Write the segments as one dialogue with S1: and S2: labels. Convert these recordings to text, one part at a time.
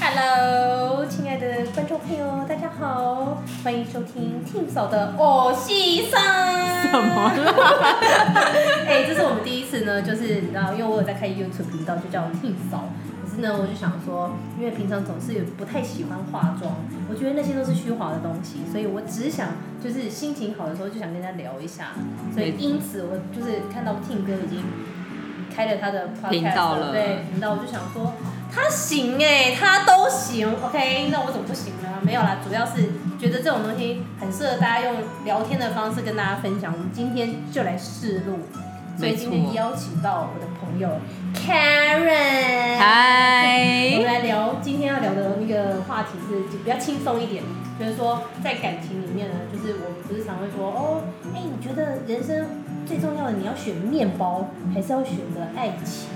S1: Hello，亲爱的观众朋友，大家好，欢迎收听 Team 嫂的偶戏上。
S2: 什 么
S1: 哎、这是我们第一次呢，就是你知道，因为我有在开 YouTube 频道，就叫 Team 嫂。可是呢，我就想说，因为平常总是有不太喜欢化妆，我觉得那些都是虚华的东西，所以我只想就是心情好的时候就想跟大家聊一下。所以因此，我就是看到 Team 哥已经开了他的 podcast
S2: 频道了
S1: 对，频道我就想说。他行哎、他都行，OK，那我怎么不行呢？没有啦，主要是觉得这种东西很适合大家用聊天的方式跟大家分享。我们今天就来试录，所以今
S2: 没
S1: 天
S2: 错
S1: 邀请到我的朋友 Karen，我
S2: 嗨
S1: 们，来聊今天要聊的那个话题是就比较轻松一点，就是说在感情里面呢，就是我们不是常会说哦，哎、你觉得人生最重要的你要选面包，还是要选择爱情？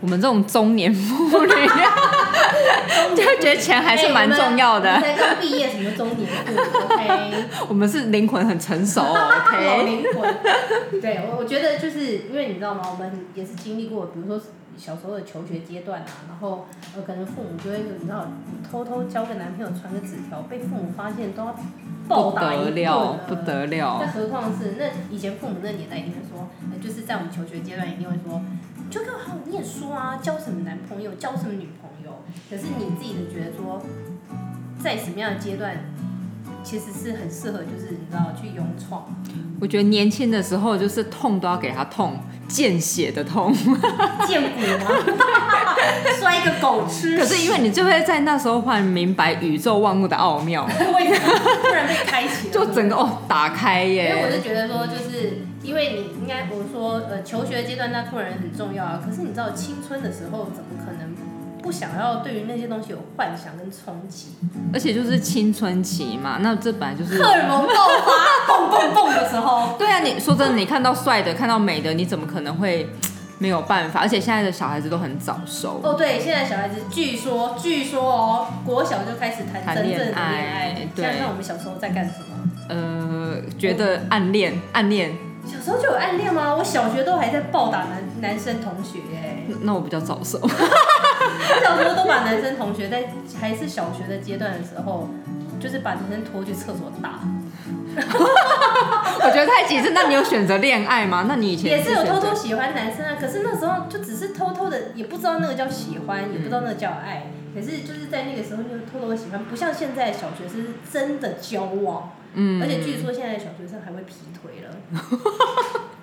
S2: 我们这种中年妇女就觉得钱 还是蛮重要的。
S1: 哎我们我们才刚毕业，什么中年妇女？OK，
S2: 我们是灵魂很成熟哦
S1: 老
S2: ，OK？
S1: 灵魂。对，我我觉得就是因为你知道吗？我们也是经历过，比如说小时候的求学阶段啊，然后呃，可能父母就会你知道偷偷交个男朋友传个纸条，被父母发现都要暴
S2: 不
S1: 打一
S2: 得
S1: 顿
S2: 了
S1: 了，
S2: 不得
S1: 那
S2: 了！
S1: 何况是那以前父母那年代一定会说，呃就是在我们求学阶段一定会说，你就给我好好念书啊，交什么男朋友，交什么女朋友。可是你自己的觉得说，在什么样的阶段，其实是很适合，就是你知道去勇闯。
S2: 我觉得年轻的时候就是痛都要给他痛，见血的痛。
S1: 见骨吗？ 摔个狗吃屎。
S2: 可 是因为你就会在那时候忽然明白宇宙万物的奥妙，
S1: 为什么突然被开启了？
S2: 就整个哦打开
S1: 因为我
S2: 耶。
S1: 是觉得说，就是因为你应该我说呃，求学阶段那固然很重要啊，可是你知道青春的时候怎么可能不想要对于那些东西有幻想跟憧憬？
S2: 而且就是青春期嘛，那这本来就是
S1: 荷尔蒙爆发， 蹦蹦蹦的时候，
S2: 对啊，你说真的，你看到帅的，看到美的，你怎么可能会没有办法？而且现在的小孩子都很早熟，
S1: 哦，对，现在小孩子据说据说哦，国小就开始谈
S2: 谈
S1: 真正的恋
S2: 恋爱
S1: 爱，
S2: 对
S1: 想想看我们小时候在干什么。
S2: 呃，觉得暗恋，暗恋，
S1: 小时候就有暗恋吗？我小学都还在暴打男男生同学哎、
S2: 那我比较 早熟，
S1: 我小时候都把男生同学在还是小学的阶段的时候，就是把男生拖去厕所打，
S2: 我觉得太极致。那你有选择恋爱吗？那你以前
S1: 也是有
S2: 选择
S1: 偷偷喜欢男生啊。可是那时候就只是偷偷的，也不知道那个叫喜欢，也不知道那个叫爱。可是就是在那个时候就偷偷的喜欢，不像现在小学生是真的交往，
S2: 嗯
S1: 而且据说现在的小学生还会劈腿了。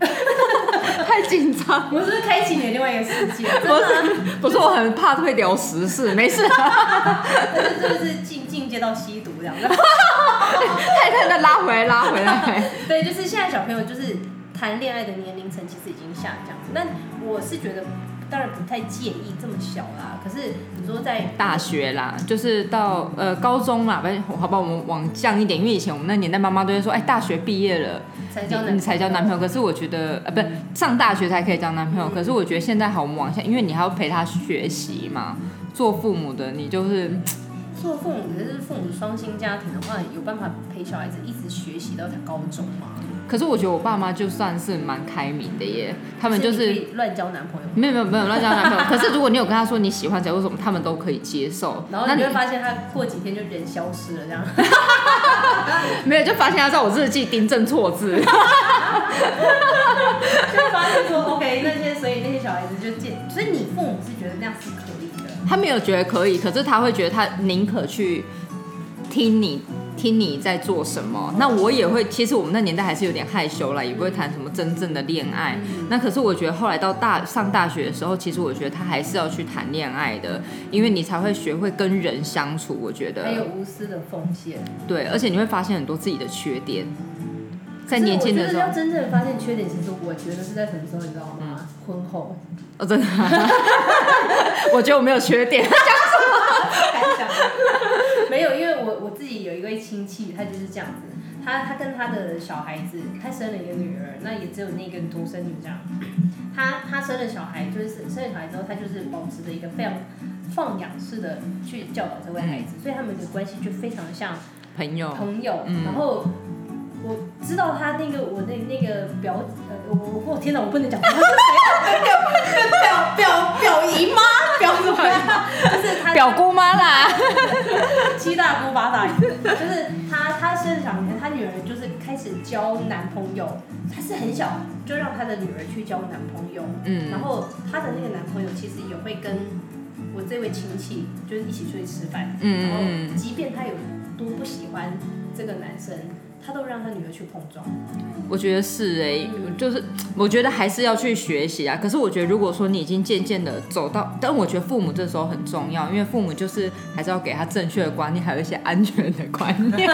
S2: 太紧张。
S1: 我是不是开启你的另外一个世界？真的啊
S2: 不是，不是，我很怕会聊时事，没事，啊
S1: 就是就是进进阶到吸毒这样子。
S2: 太太的拉回来，拉回来。
S1: 对，就是现在小朋友就是谈恋爱的年龄层其实已经下降，但我是觉得当然不太介意这么小啦。可是你说在
S2: 大学啦，就是到呃高中啦，反正好吧，我们往降一点，因为以前我们那年代妈妈都会说，哎，大学毕业了，
S1: 才交男
S2: 你你才交男朋
S1: 友，嗯
S2: 友，可是我觉得呃，不是上大学才可以交男朋友，可是我觉得现在好，我们往下，因为你还要陪他学习嘛。
S1: 嗯
S2: 做父母的你就是
S1: 做父母的是父母双薪家庭的话，有办法陪小孩子一直学习到他高中吗？
S2: 可是我觉得我爸妈就算是蛮开明的耶，他们就
S1: 所以你
S2: 是
S1: 可以乱交男朋友。
S2: 没有没有没有乱 交男朋友。可是如果你有跟他说你喜欢谁或什么，他们都可以接受。
S1: 然后
S2: 那
S1: 你就会发现他过几天就人消失了，这样。
S2: 没有就发现他在我日记订正错字，
S1: 就会发现说，OK，那些所以那些小孩子就见，所以你父母是觉得那样是可以的。
S2: 他没有觉得可以，可是他会觉得他宁可去听你。听你在做什么，那我也会。其实我们那年代还是有点害羞啦，也不会谈什么真正的恋爱。那可是我觉得后来到大上大学的时候，其实我觉得他还是要去谈恋爱的，因为你才会学会跟人相处。我觉得
S1: 还有无私的奉献。
S2: 对，而且你会发现很多自己的缺点，在
S1: 可是
S2: 年轻
S1: 我
S2: 的
S1: 觉
S2: 时
S1: 得
S2: 候
S1: 要，真正发现缺点，其实我觉得是在什么时候，你知道
S2: 嗯
S1: 吗？婚后。
S2: 哦，真的啊，我觉得我没有缺点，
S1: 感想没有，因为我我自己有一位亲戚，他就是这样子，他他跟他的小孩子，他生了一个女儿，那也只有那个独生女这样。他他生了小孩，就是生了小孩之后，他就是保持着一个非常放养式的去教导这位孩
S2: 嗯
S1: 子，所以他们的关系就非常像
S2: 朋友，
S1: 朋友。
S2: 嗯
S1: 然后我知道他那个我那那个表呃，我我天哪，我不能讲。表表表表姨妈，表什么呀？就是他
S2: 表姑妈啦，
S1: 大姑八大姨，就是她，她是想她女儿就是开始交男朋友，她是很小就让她的女儿去交男朋友，
S2: 嗯
S1: 然后她的那个男朋友其实也会跟我这位亲戚就是一起出去吃饭，然后
S2: 嗯嗯，
S1: 即便她有多不喜欢这个男生，她都让她女儿去碰撞，
S2: 我觉得是哎、
S1: 嗯
S2: 就是我觉得还是要去学习啊。可是我觉得，如果说你已经渐渐的走到，但我觉得父母这时候很重要，因为父母就是还是要给他正确的观念，还有一些安全的观念，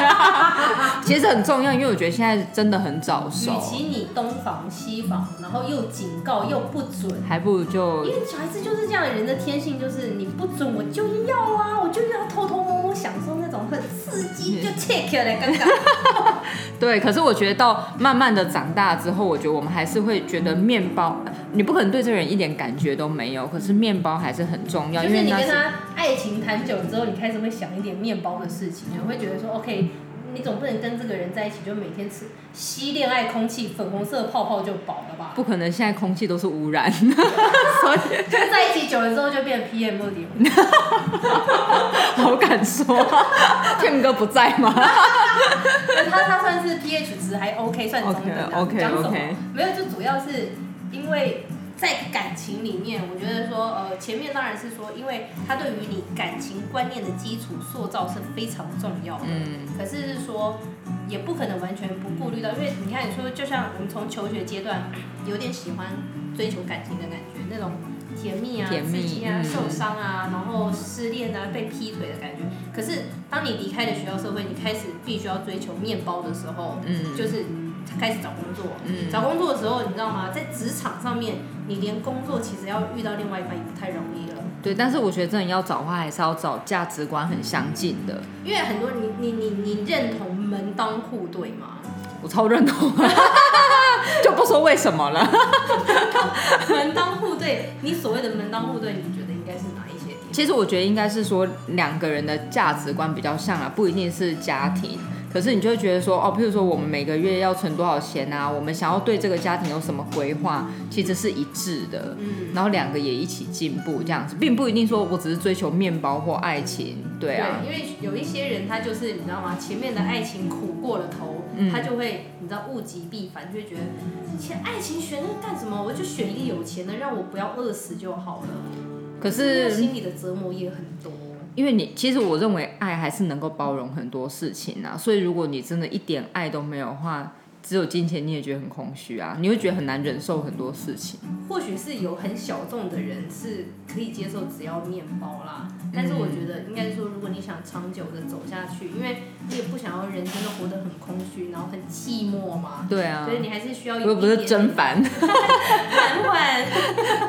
S2: 其实很重要。因为我觉得现在真的很早熟
S1: 与，其你东防西防，然后又警告又不准。
S2: 还不如就
S1: 因为小孩子就是这样，人的天性就是你不准我就要啊，我就要偷偷摸摸享受那种很刺激就 check 的尴 尬。
S2: 对，可是我觉得到慢慢的长大之后，我觉得我们还是会觉得面包，你不可能对这个人一点感觉都没有，可是面包还是很重要，
S1: 就
S2: 因
S1: 是
S2: 为
S1: 你
S2: 那
S1: 跟
S2: 是
S1: 他爱情谈久之后，你开始会想一点面包的事情，你会觉得说 OK，你总不能跟这个人在一起就每天吃吸恋爱空气，粉红色泡泡就饱了吧？
S2: 不可能现在空气都是污染，所以
S1: 就在一起久了之后就变 PM 二点
S2: 好敢说， 天哥不在吗？
S1: 他他算是 pH 值还 OK，算中等、啊。
S2: OK，OK，OK
S1: 讲什么？没有，就主要是因为在感情里面，我觉得说呃，前面当然是说，因为他对于你感情观念的基础塑造是非常重要的。
S2: 嗯
S1: 可是是说，也不可能完全不顾虑到，因为你看，你说就像我们从求学阶段有点喜欢追求感情的感觉，那种甜蜜啊、
S2: 甜蜜
S1: 刺激啊、
S2: 嗯
S1: 受伤啊，然后失恋啊、被劈腿的感觉。可是当你离开了学校社会，你开始必须要追求面包的时候，
S2: 嗯，
S1: 就是开始找工作。
S2: 嗯
S1: 找工作的时候，你知道吗？在职场上面，你连工作其实要遇到另外一半也不太容易了。
S2: 对，但是我觉得真的要找的话，还是要找价值观很相近的，
S1: 因为很多你你你你认同门当户对吗？
S2: 我超认同， 就不说为什么了。
S1: 门当户对，你所谓的门当户对，你觉得应该是哪一些点？
S2: 其实我觉得应该是说两个人的价值观比较像啊，不一定是家庭。可是你就会觉得说，哦，譬如说我们每个月要存多少钱啊，我们想要对这个家庭有什么规划，其实是一致的。
S1: 嗯，
S2: 然后两个也一起进步，这样子，并不一定说我只是追求面包或爱情，对啊，
S1: 因为有一些人他就是你知道吗？前面的爱情苦过了头，
S2: 嗯
S1: 他就会你知道物极必反，就会觉得前爱情选那个干什么？我就选一个有钱的，让我不要饿死就好了。
S2: 可
S1: 这个
S2: 是
S1: 心里的折磨也很多。
S2: 因为你其实我认为爱还是能够包容很多事情啊，所以如果你真的一点爱都没有的话，只有金钱你也觉得很空虚啊，你会觉得很难忍受很多事情。
S1: 或许是有很小众的人是可以接受只要面包啦，
S2: 嗯
S1: 但是我觉得应该说，如果你想长久的走下去，因为你也不想要人生都活得很空虚，然后很寂寞嘛，
S2: 对啊
S1: 所，以你还是需要
S2: 我
S1: 有
S2: 又不
S1: 一
S2: 是
S1: 点
S2: 真 烦，
S1: 缓缓。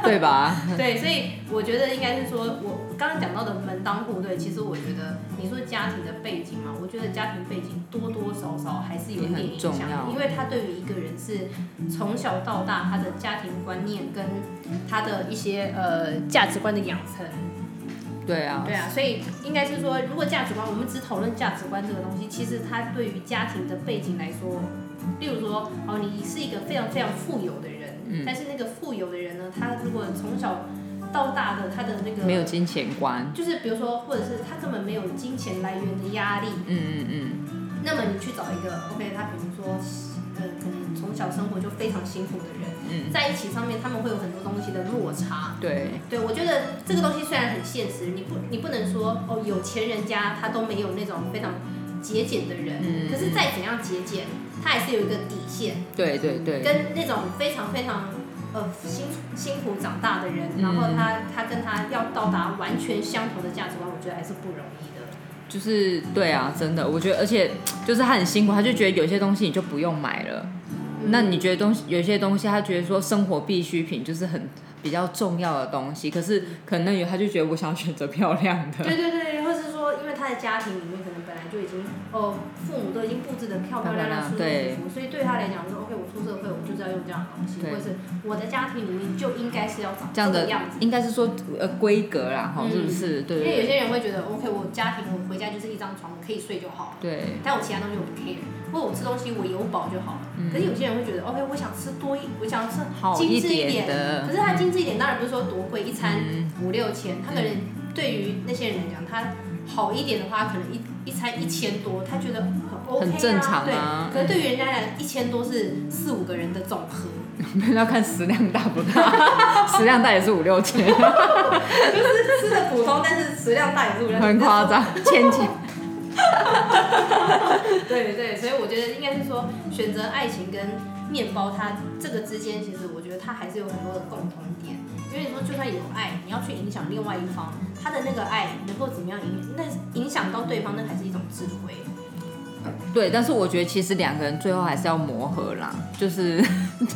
S2: 对吧？
S1: 对，所以我觉得应该是说，我刚刚讲到的门当户对，其实我觉得你说家庭的背景嘛，我觉得家庭背景多多少少还是有一点影响
S2: 也很重要，
S1: 因为他对于一个人是从小到大他的家庭观念跟他的一些呃价值观的养成，
S2: 对啊
S1: 对，啊，所以应该是说，如果价值观，我们只讨论价值观这个东西，其实它对于家庭的背景来说，例如说，哦，你是一个非常非常富有的人，
S2: 嗯
S1: 但是那个富有的人呢，他如果从小到大的他的那个
S2: 没有，金钱观，
S1: 就是比如说，或者是他根本没有金钱来源的压力，
S2: 嗯嗯嗯，
S1: 那么你去找一个 OK，他比如说，呃，可能从小生活就非常辛苦的人，
S2: 嗯
S1: 在一起上面他们会有很多东西的落差，
S2: 对，
S1: 对，我觉得这个东西虽然很现实，你不你不能说哦，有钱人家他都没有那种非常节俭的人，
S2: 嗯
S1: 可是再怎样节俭，他还是有一个底线，
S2: 对对对，
S1: 跟那种非常非常呃辛辛苦长大的人，
S2: 嗯
S1: 然后他他跟他要到达完全相同的价值观，我觉得还是不容易的。
S2: 就是对啊，真的，我觉得，而且就是他很辛苦，他就觉得有些东西你就不用买了。嗯那你觉得东西有些东西，他觉得说生活必需品就是很比较重要的东西，可是可能有他就觉得我想选择漂亮的，
S1: 对对对，或是说，因为他的家庭里面可能本来就已经，哦，父母都已经布置的漂漂亮亮、舒舒
S2: 对
S1: 服服，所以对他来讲说，OK，我出社会我就是要用这样的东西，
S2: 对
S1: 或者是我的家庭里面就应该是要长
S2: 这样
S1: 的
S2: 的
S1: 样子。
S2: 应该是说呃规格啦，哈，
S1: 嗯
S2: 是不是？对
S1: 因为
S2: 对
S1: 有些人会觉得，OK，我家庭我回家就是一张床，我可以睡就好了，
S2: 对，
S1: 但我其他东西我不 care，或者我吃东西我有饱就好了。
S2: 嗯
S1: 可是有些人会觉得，OK，我想吃多一，我想吃
S2: 好
S1: 精致一
S2: 点
S1: 点可
S2: 的，
S1: 是他精致一点，当然不是说多贵，一餐
S2: 嗯
S1: 五六千，他可能对于那些人来讲，他好一点的话，可能一一餐一千多，他觉得很 OK 啊
S2: 很正常啊
S1: 对，可是对于人家来讲，一千多是四五个人的总和，
S2: 要看食量大不 大，食量大也是五六千，
S1: 就是吃的普通，但是食量大也是五六
S2: 很夸张，千千。
S1: 对对，所以我觉得应该是说，选择爱情跟面包，它这个之间，其实我觉得它还是有很多的共同点。因为你说，就算有爱，你要去影响另外一方，他的那个爱能够怎么样影，那影响到对方，那还是一种智慧。
S2: 对，但是我觉得其实两个人最后还是要磨合啦，就是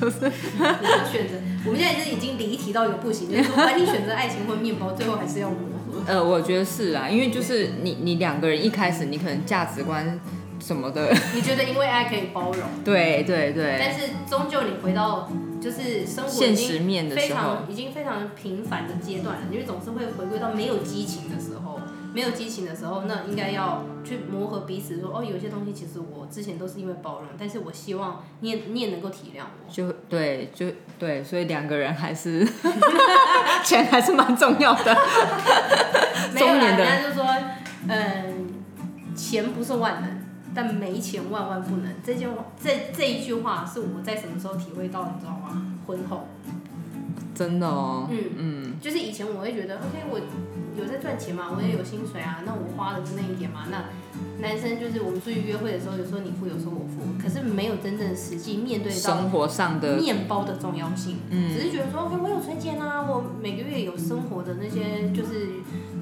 S2: 就是
S1: 你要选择，我们现在是已经离题到一个不行，就是说，管你选择爱情或面包，最后还是要磨合。
S2: 呃，我觉得是啦，因为就是你你两个人一开始你可能价值观什么 的，
S1: 你觉得因为爱可以包容，
S2: 对对对，
S1: 但是终究你回到就是生活已
S2: 现
S1: 经
S2: 实面的
S1: 非
S2: 时候，
S1: 常已经非常平凡的阶段了，因为总是会回归到没有激情的时候，没有激情的时候，那应该要去磨合彼此说，哦，有些东西其实我之前都是因为包容，但是我希望你也你也能够体谅我。
S2: 就对就对，所以两个人还是 钱还是蛮重要的，
S1: 没有
S2: 中
S1: 啦，
S2: 年的
S1: 人家就说，嗯，钱不是万能，但没钱万万不能。这句话这这一句话是我在什么时候体会到，你知道吗？婚后。
S2: 真的哦，
S1: 嗯
S2: 嗯
S1: 就是以前我会觉得，OK，我有在赚钱嘛，我也有薪水啊，那我花的是那一点嘛。那男生就是我们出去约会的时候，有时候你付，有时候我付，可是没有真正实际面对到
S2: 生活上的
S1: 面包的重要性，只
S2: 嗯
S1: 是觉得说，OK，我有存钱啊，我每个月有生活的那些就是。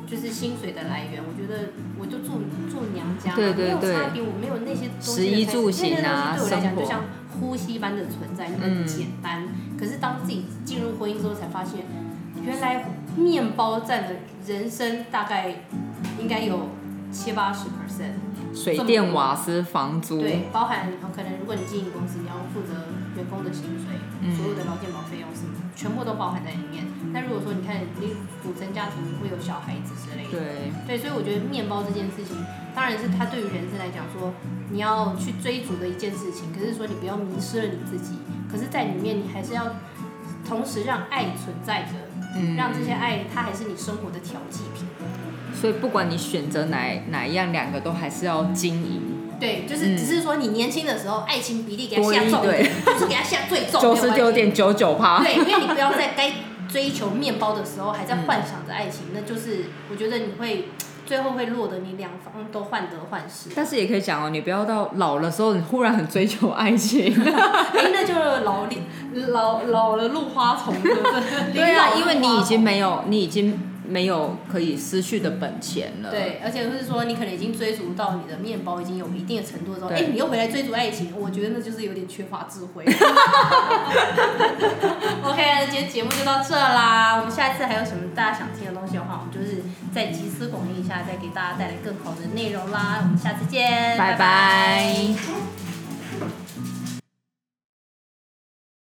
S1: 就是薪水的来源，我觉得我就住住娘家嘛，
S2: 对对
S1: 没有
S2: 对
S1: 差别，我没有那些东西的
S2: 食衣
S1: 开支
S2: 住行啊
S1: 那些东西对我来
S2: 生
S1: 讲
S2: 活
S1: 就像呼吸般的存在，那么
S2: 嗯
S1: 简单。可是当自己进入婚姻之后，才发现原来面包占了人生大概应该有七八十 percent，
S2: 水电瓦斯房租，
S1: 对，包含呃可能如果你经营公司，你要负责员工的薪水，
S2: 嗯
S1: 所有的劳健保费用什么，全部都包含在里面。那如果说你看你组成家庭，你会有小孩子之类的，
S2: 对
S1: 对，所以我觉得面包这件事情，当然是它对于人生来讲说，你要去追逐的一件事情。可是说你不要迷失了你自己，可是在里面你还是要同时让爱存在着，
S2: 嗯
S1: 让这些爱它还是你生活的调剂品。
S2: 所以不管你选择哪哪一样，两个都还是要经营，
S1: 对，就是
S2: 嗯
S1: 只是说你年轻的时候爱情比例给它
S2: 多
S1: 下
S2: 一
S1: 重，
S2: 对
S1: 就是给它下最重，
S2: 九十
S1: 没有
S2: 九
S1: 关系
S2: 点九九趴，
S1: 对，因为你不要在该追求面包的时候还在幻想着爱
S2: 嗯
S1: 情，那就是我觉得你会最后会落得你两方都患得患失。
S2: 但是也可以讲哦，你不要到老的时候，你忽然很追求 爱情。
S1: 哎、那就老李老老了入花丛 了，
S2: 对啊，因为你已经
S1: 没
S2: 没有，你已经没有可以失去的本钱了。，
S1: 对，而且就是说你可能已经追逐到你的面包已经有一定的程度之后，哎、
S2: 对
S1: 你又回来追逐爱情，我觉得那就是有点缺乏智 慧。OK，那今天节目就到这啦，我们下一次还有什么大家想听的东西的话，我们就是再集思广益一下，再给大家带来更好的内容啦。我们下次见，
S2: 拜
S1: 拜
S2: 拜
S1: 拜